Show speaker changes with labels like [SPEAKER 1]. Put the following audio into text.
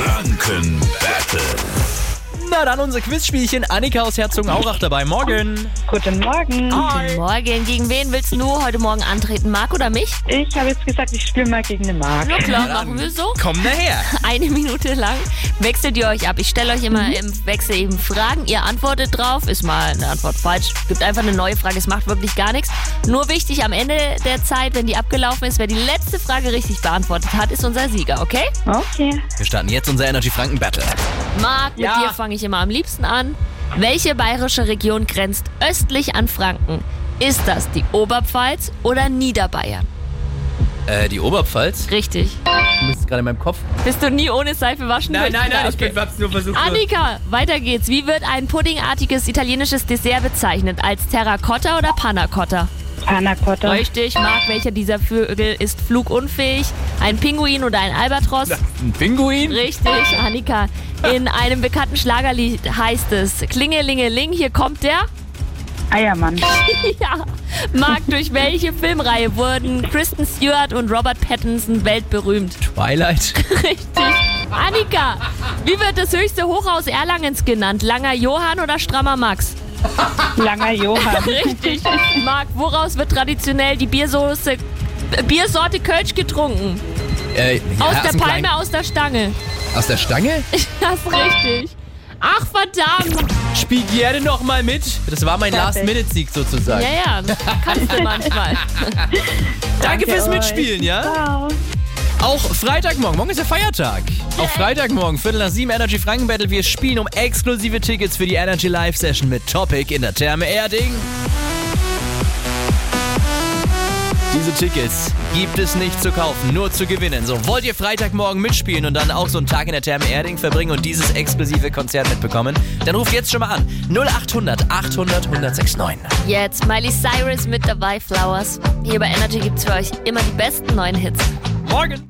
[SPEAKER 1] Franken Battle.
[SPEAKER 2] Na dann unser Quizspielchen. Annika aus Herzogenaurach dabei. Morgen.
[SPEAKER 3] Guten Morgen.
[SPEAKER 4] Guten Morgen. Gegen wen willst du heute Morgen antreten? Marc oder mich?
[SPEAKER 3] Ich habe jetzt gesagt, ich spiele mal gegen den Marc.
[SPEAKER 4] Na klar, machen wir so.
[SPEAKER 2] Komm daher.
[SPEAKER 4] Eine Minute lang wechselt ihr euch ab. Ich stelle euch immer im Wechsel eben Fragen. Ihr antwortet drauf. Ist mal eine Antwort falsch. Gibt einfach eine neue Frage. Es macht wirklich gar nichts. Nur wichtig, am Ende der Zeit, wenn die abgelaufen ist, wer die letzte Frage richtig beantwortet hat, ist unser Sieger, okay?
[SPEAKER 3] Okay.
[SPEAKER 2] Wir starten jetzt unser Energy Franken Battle.
[SPEAKER 4] Marc, mit
[SPEAKER 2] Ja.
[SPEAKER 4] dir fange ich immer am liebsten an. Welche bayerische Region grenzt östlich an Franken? Ist das die Oberpfalz oder Niederbayern?
[SPEAKER 2] Äh, die Oberpfalz.
[SPEAKER 4] Richtig.
[SPEAKER 2] Du bist gerade in meinem Kopf.
[SPEAKER 4] Bist du nie ohne Seife waschen durch? Okay.
[SPEAKER 2] hab's nur versucht.
[SPEAKER 4] Annika, weiter geht's. Wie wird ein puddingartiges italienisches Dessert bezeichnet? Als Terracotta oder Panna Cotta?
[SPEAKER 3] Panna Cotta.
[SPEAKER 4] Richtig, Marc, welcher dieser Vögel ist flugunfähig? Ein Pinguin oder ein Albatros?
[SPEAKER 2] Ein Pinguin?
[SPEAKER 4] Richtig, Annika. In einem bekannten Schlagerlied heißt es Klingelingeling, hier kommt der.
[SPEAKER 3] Eiermann.
[SPEAKER 4] Ja. Marc, durch welche Filmreihe wurden Kristen Stewart und Robert Pattinson weltberühmt?
[SPEAKER 2] Twilight.
[SPEAKER 4] Richtig. Annika, wie wird das höchste Hochhaus Erlangens genannt? Langer Johann oder strammer Max?
[SPEAKER 3] Langer Johann.
[SPEAKER 4] Richtig. Marc, woraus wird traditionell die Biersoße, äh, Biersorte Kölsch getrunken?
[SPEAKER 2] Äh, ja,
[SPEAKER 4] Aus der
[SPEAKER 2] dem kleinen-
[SPEAKER 4] Palme, aus der Stange.
[SPEAKER 2] Aus der Stange?
[SPEAKER 4] Das ist richtig. Ach, verdammt.
[SPEAKER 2] Spiel gerne nochmal mit. Das war mein Last-Minute-Sieg sozusagen.
[SPEAKER 4] Ja, ja, das kannst du manchmal.
[SPEAKER 2] Danke, fürs
[SPEAKER 3] euch.
[SPEAKER 2] Mitspielen, ja?
[SPEAKER 3] Ciao.
[SPEAKER 2] Auch Freitagmorgen. Morgen ist ja Feiertag. Auch Freitagmorgen, Viertel nach sieben, Energy Franken Battle. Wir spielen um exklusive Tickets für die Energy Live Session mit Topic in der Therme Erding. Diese Tickets gibt es nicht zu kaufen, nur zu gewinnen. So, wollt ihr Freitagmorgen mitspielen und dann auch so einen Tag in der Therme Erding verbringen und dieses exklusive Konzert mitbekommen? Dann ruft jetzt schon mal an. 0800 800 1069.
[SPEAKER 4] Jetzt Miley Cyrus mit dabei, Flowers. Hier bei Energy gibt's für euch immer die besten neuen Hits.
[SPEAKER 2] Morgen!